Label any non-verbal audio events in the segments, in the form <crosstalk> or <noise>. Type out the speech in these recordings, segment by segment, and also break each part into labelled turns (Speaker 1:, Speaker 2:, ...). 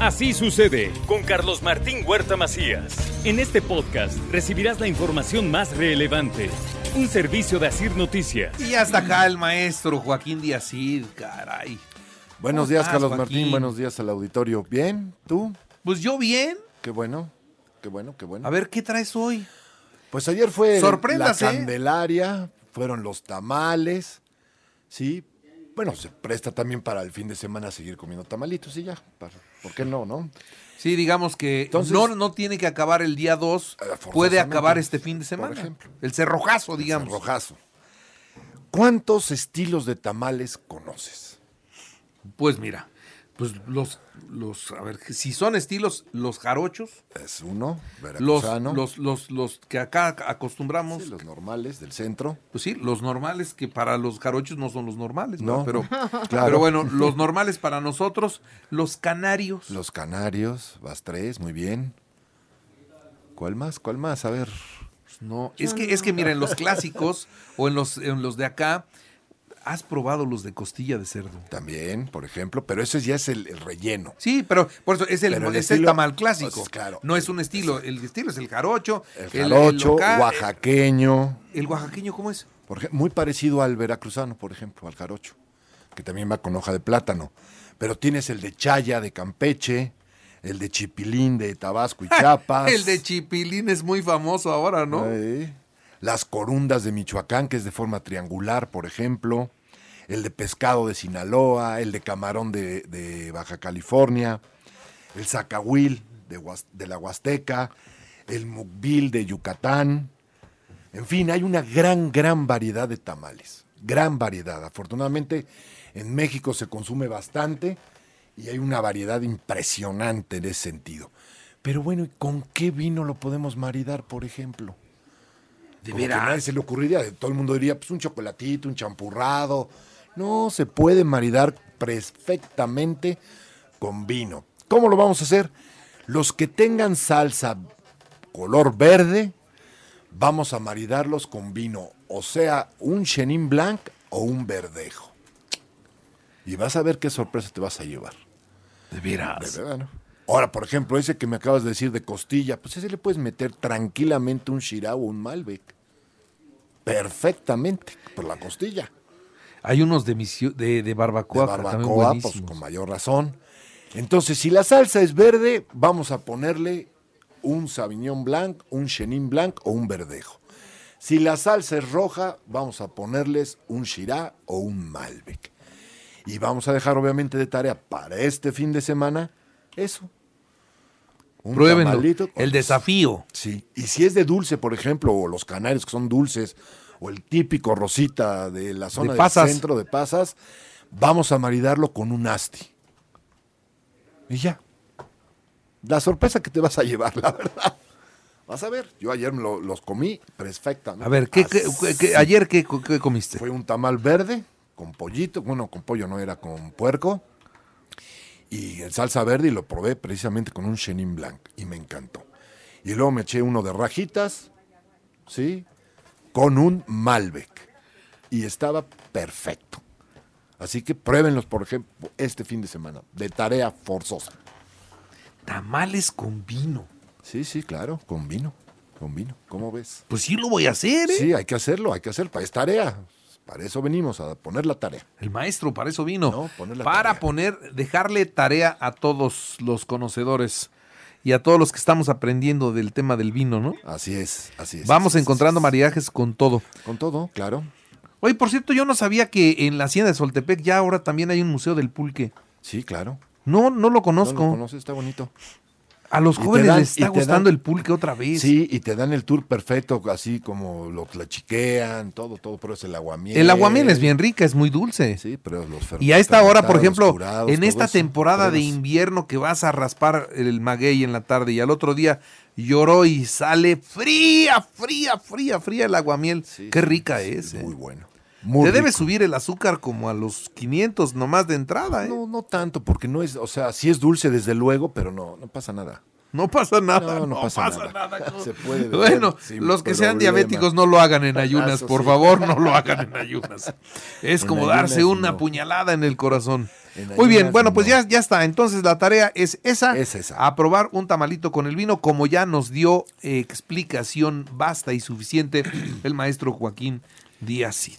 Speaker 1: Así sucede con Carlos Martín Huerta Macías. En este podcast recibirás la información más relevante. Un servicio de Asir Noticias.
Speaker 2: Y hasta acá el maestro Joaquín Díaz Cid, caray.
Speaker 3: Buenos días,
Speaker 2: estás,
Speaker 3: Carlos
Speaker 2: Joaquín?
Speaker 3: Martín. Buenos días al auditorio. ¿Bien? ¿Tú?
Speaker 2: Pues yo bien.
Speaker 3: Qué bueno. Qué bueno, qué bueno.
Speaker 2: A ver, ¿qué traes hoy?
Speaker 3: Pues ayer fue la
Speaker 2: Sorpréndase.
Speaker 3: Candelaria, fueron los tamales, ¿sí? Bueno, se presta también para el fin de semana seguir comiendo tamalitos y ya. para- ¿Por qué no, no?
Speaker 2: Sí, digamos que
Speaker 3: Entonces-
Speaker 2: no, no tiene que acabar el día 2,
Speaker 3: Eh, forzosamente,
Speaker 2: puede acabar este fin de semana.
Speaker 3: ejemplo.
Speaker 2: el cerrojazo, digamos.
Speaker 3: Rojazo. ¿Cuántos estilos de tamales conoces?
Speaker 2: Pues mira, pues los, los, a ver, si son estilos, los jarochos,
Speaker 3: Es uno,
Speaker 2: los,
Speaker 3: veracruzano,
Speaker 2: los, los, los que acá acostumbramos,
Speaker 3: sí, los normales del centro.
Speaker 2: pues sí, los normales, que para los jarochos no son los normales, ¿no?
Speaker 3: No,
Speaker 2: Pero,
Speaker 3: <laughs> claro.
Speaker 2: pero bueno, los normales para nosotros, los canarios.
Speaker 3: Los Canarios, vas tres, muy bien. ¿Cuál más? ¿Cuál más? A ver.
Speaker 2: No, es que, es que mira, en los clásicos o en los, en los de acá, has probado los de costilla de cerdo.
Speaker 3: También, por ejemplo, pero ese ya es el, el relleno.
Speaker 2: Sí, pero por eso es el,
Speaker 3: Pero el
Speaker 2: es el
Speaker 3: estilo-
Speaker 2: tamal clásico.
Speaker 3: pues, claro.
Speaker 2: no es un estilo, el estilo es el jarocho,
Speaker 3: El jarocho,
Speaker 2: local,
Speaker 3: oaxaqueño,
Speaker 2: El oaxaqueño, ¿cómo es?
Speaker 3: por ej- muy parecido al veracruzano, por ejemplo, al jarocho, que también va con hoja de plátano. Pero tienes el de Chaya de Campeche, el de Chipilín de Tabasco <laughs> y
Speaker 2: <laughs>
Speaker 3: Chiapas.
Speaker 2: El de Chipilín es muy famoso ahora, ¿no?
Speaker 3: Ahí. Las corundas de Michoacán, que es de forma triangular, por ejemplo. El de pescado de Sinaloa, el de camarón de, de Baja California, el zacahuil de, Huas- de la Huasteca, el mukbil de Yucatán. En fin, hay una gran, gran variedad de tamales. Gran variedad. Afortunadamente, en México se consume bastante y hay una variedad impresionante en ese sentido. Pero bueno, ¿y con qué vino lo podemos maridar, por ejemplo?
Speaker 2: De
Speaker 3: Como que
Speaker 2: veras.
Speaker 3: a nadie se le ocurriría. Todo el mundo diría, pues un chocolatito, un champurrado. No, se puede maridar perfectamente con vino. ¿Cómo lo vamos a hacer? Los que tengan salsa color verde, vamos a maridarlos con vino. O sea, un chenin blanc o un verdejo. Y vas a ver qué sorpresa te vas a llevar.
Speaker 2: De veras.
Speaker 3: De verdad, ¿no? Ahora, por ejemplo, ese que me acabas de decir de costilla, pues ese le puedes meter tranquilamente un Shirao o un Malbec. Perfectamente, por la costilla.
Speaker 2: Hay unos de, misio- de, de
Speaker 3: De
Speaker 2: barbacoa, pero también
Speaker 3: barbacoa, pues
Speaker 2: buenísimos.
Speaker 3: con mayor razón. Entonces, si la salsa es verde, vamos a ponerle un Sauvignon Blanc, un Chenin Blanc o un Verdejo. Si la salsa es roja, vamos a ponerles un Shiraz o un Malbec. Y vamos a dejar, obviamente, de tarea para este fin de semana eso. Un
Speaker 2: Pruébenlo.
Speaker 3: tamalito con-
Speaker 2: El desafío.
Speaker 3: Sí, y si es de dulce, por ejemplo, o los canarios que son dulces, o el típico rosita de la zona
Speaker 2: pasas.
Speaker 3: del centro de pasas, vamos a maridarlo con un asti. Y ya. La sorpresa que te vas a llevar, la verdad. Vas a ver, yo ayer me lo- los comí perfectamente.
Speaker 2: A ver, ¿qué, qué-
Speaker 3: Así.
Speaker 2: qué- ayer qué, co- qué comiste?
Speaker 3: Este, Fue un tamal verde con pollito, bueno, con pollo no era, con puerco. Y en salsa verde y lo probé precisamente con un chenin blanc y me encantó. Y luego me eché uno de rajitas, ¿sí? Con un Malbec. Y estaba perfecto. Así que pruébenlos, por ejemplo, este fin de semana, de tarea forzosa.
Speaker 2: Tamales con vino.
Speaker 3: Sí, sí, claro, con vino, con vino. ¿Cómo ves?
Speaker 2: Pues sí lo voy a hacer, ¿eh?
Speaker 3: Sí, hay que hacerlo, hay que hacerlo, es tarea. Para eso venimos, a poner la tarea.
Speaker 2: El maestro, para eso vino.
Speaker 3: No, poner la
Speaker 2: para
Speaker 3: tarea.
Speaker 2: poner, dejarle tarea a todos los conocedores y a todos los que estamos aprendiendo del tema del vino, ¿no?
Speaker 3: Así es, así es.
Speaker 2: Vamos
Speaker 3: así es,
Speaker 2: encontrando
Speaker 3: así es.
Speaker 2: maridajes con todo.
Speaker 3: Con todo, claro.
Speaker 2: Oye, por cierto, yo no sabía que en la hacienda de Soltepec ya ahora también hay un museo del pulque.
Speaker 3: Sí, claro.
Speaker 2: No, no lo
Speaker 3: No lo
Speaker 2: conozco.
Speaker 3: conoces, está bonito.
Speaker 2: a los
Speaker 3: Y te
Speaker 2: jóvenes
Speaker 3: dan-
Speaker 2: les
Speaker 3: y
Speaker 2: está
Speaker 3: te
Speaker 2: gustando
Speaker 3: dan-
Speaker 2: el pulque otra vez.
Speaker 3: Sí, y te dan el tour perfecto, así como lo tlachiquean, todo, todo, pero es el aguamiel.
Speaker 2: El aguamiel es bien rica, es muy dulce.
Speaker 3: Sí, pero los fermentados.
Speaker 2: Y a esta hora, por ejemplo,
Speaker 3: curados,
Speaker 2: en
Speaker 3: todo
Speaker 2: esta
Speaker 3: eso,
Speaker 2: temporada de
Speaker 3: pruebas.
Speaker 2: invierno que vas a raspar el maguey en la tarde y al otro día lloró y sale fría, fría, fría, fría el aguamiel.
Speaker 3: Sí,
Speaker 2: Qué
Speaker 3: sí,
Speaker 2: rica
Speaker 3: sí,
Speaker 2: es. eh.
Speaker 3: Muy bueno.
Speaker 2: Te
Speaker 3: Muy
Speaker 2: debe
Speaker 3: rico.
Speaker 2: subir el azúcar como a los 500 nomás de entrada. ¿eh? No,
Speaker 3: No, no tanto, porque no es, o sea, sí es dulce desde luego, pero no, no pasa nada.
Speaker 2: pasa nada.
Speaker 3: No, no pasa nada. Se puede beber
Speaker 2: Bueno,
Speaker 3: sin
Speaker 2: los que sean
Speaker 3: problema.
Speaker 2: diabéticos no lo hagan en ayunas,
Speaker 3: Eso
Speaker 2: por
Speaker 3: sí. <laughs>
Speaker 2: favor, no lo hagan en ayunas. Es
Speaker 3: En
Speaker 2: como
Speaker 3: ayunas,
Speaker 2: darse una
Speaker 3: no.
Speaker 2: puñalada en el corazón.
Speaker 3: En
Speaker 2: Muy bien,
Speaker 3: ayunas,
Speaker 2: bueno, pues
Speaker 3: no.
Speaker 2: ya, ya está. Entonces la tarea es esa.
Speaker 3: Es esa.
Speaker 2: Aprobar un tamalito con el vino, como ya nos dio eh, explicación basta y suficiente el maestro Joaquín Díaz Cid.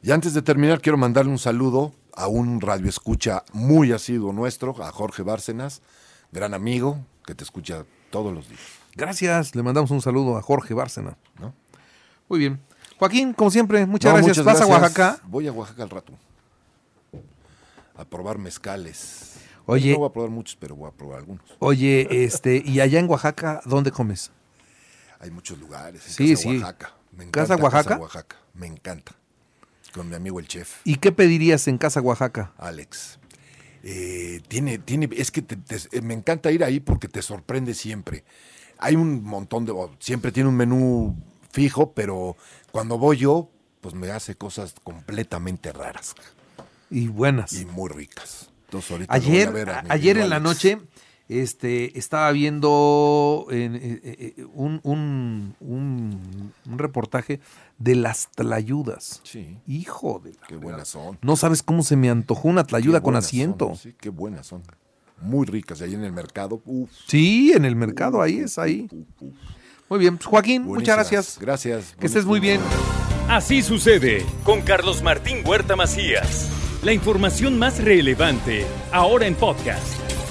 Speaker 3: Y antes de terminar, quiero mandarle un saludo a un radioescucha muy asiduo nuestro, a Jorge Bárcenas, gran amigo que te escucha todos los días.
Speaker 2: Gracias, le mandamos un saludo a Jorge Bárcena.
Speaker 3: ¿No?
Speaker 2: Muy bien. Joaquín, como siempre, muchas
Speaker 3: No,
Speaker 2: gracias. Vas a
Speaker 3: gracias.
Speaker 2: Oaxaca.
Speaker 3: Voy a Oaxaca al rato. A probar mezcales.
Speaker 2: Oye.
Speaker 3: No voy a probar muchos, pero voy a probar algunos.
Speaker 2: Oye, este, y allá en Oaxaca, ¿dónde comes?
Speaker 3: Hay muchos lugares. en
Speaker 2: Sí,
Speaker 3: Casa
Speaker 2: sí.
Speaker 3: Oaxaca. Me encanta.
Speaker 2: ¿Casa Oaxaca?
Speaker 3: Oaxaca. Me encanta. Con mi amigo el chef,
Speaker 2: ¿Y qué pedirías en Casa Oaxaca?
Speaker 3: Alex. Eh, tiene, tiene, es que te- te- eh, me encanta ir ahí porque te sorprende siempre. Hay un montón de. o Siempre tiene un menú fijo, pero cuando voy yo, pues me hace cosas completamente raras
Speaker 2: Y buenas.
Speaker 3: y muy ricas. Entonces ahorita lo voy a
Speaker 2: Ayer,
Speaker 3: ver a
Speaker 2: a-
Speaker 3: mi
Speaker 2: ayer
Speaker 3: amigo
Speaker 2: en la
Speaker 3: Alex.
Speaker 2: noche este, estaba viendo en- eh, eh, eh, un, un- un- un reportaje de las tlayudas.
Speaker 3: Sí.
Speaker 2: Hijo de la
Speaker 3: Qué
Speaker 2: fregada.
Speaker 3: buenas son.
Speaker 2: No sabes cómo se me antojó una tlayuda
Speaker 3: Qué
Speaker 2: con
Speaker 3: buenas
Speaker 2: asiento.
Speaker 3: son, sí, qué buenas son. Muy ricas. Y ahí en el mercado, uff.
Speaker 2: Sí, en el mercado, ahí es, ahí. Muy bien, pues, Joaquín, muchas gracias.
Speaker 3: Buenísimas. Gracias.
Speaker 2: Que estés muy bien.
Speaker 1: Así sucede con Carlos Martín Huerta Macías. La información más relevante ahora en podcast.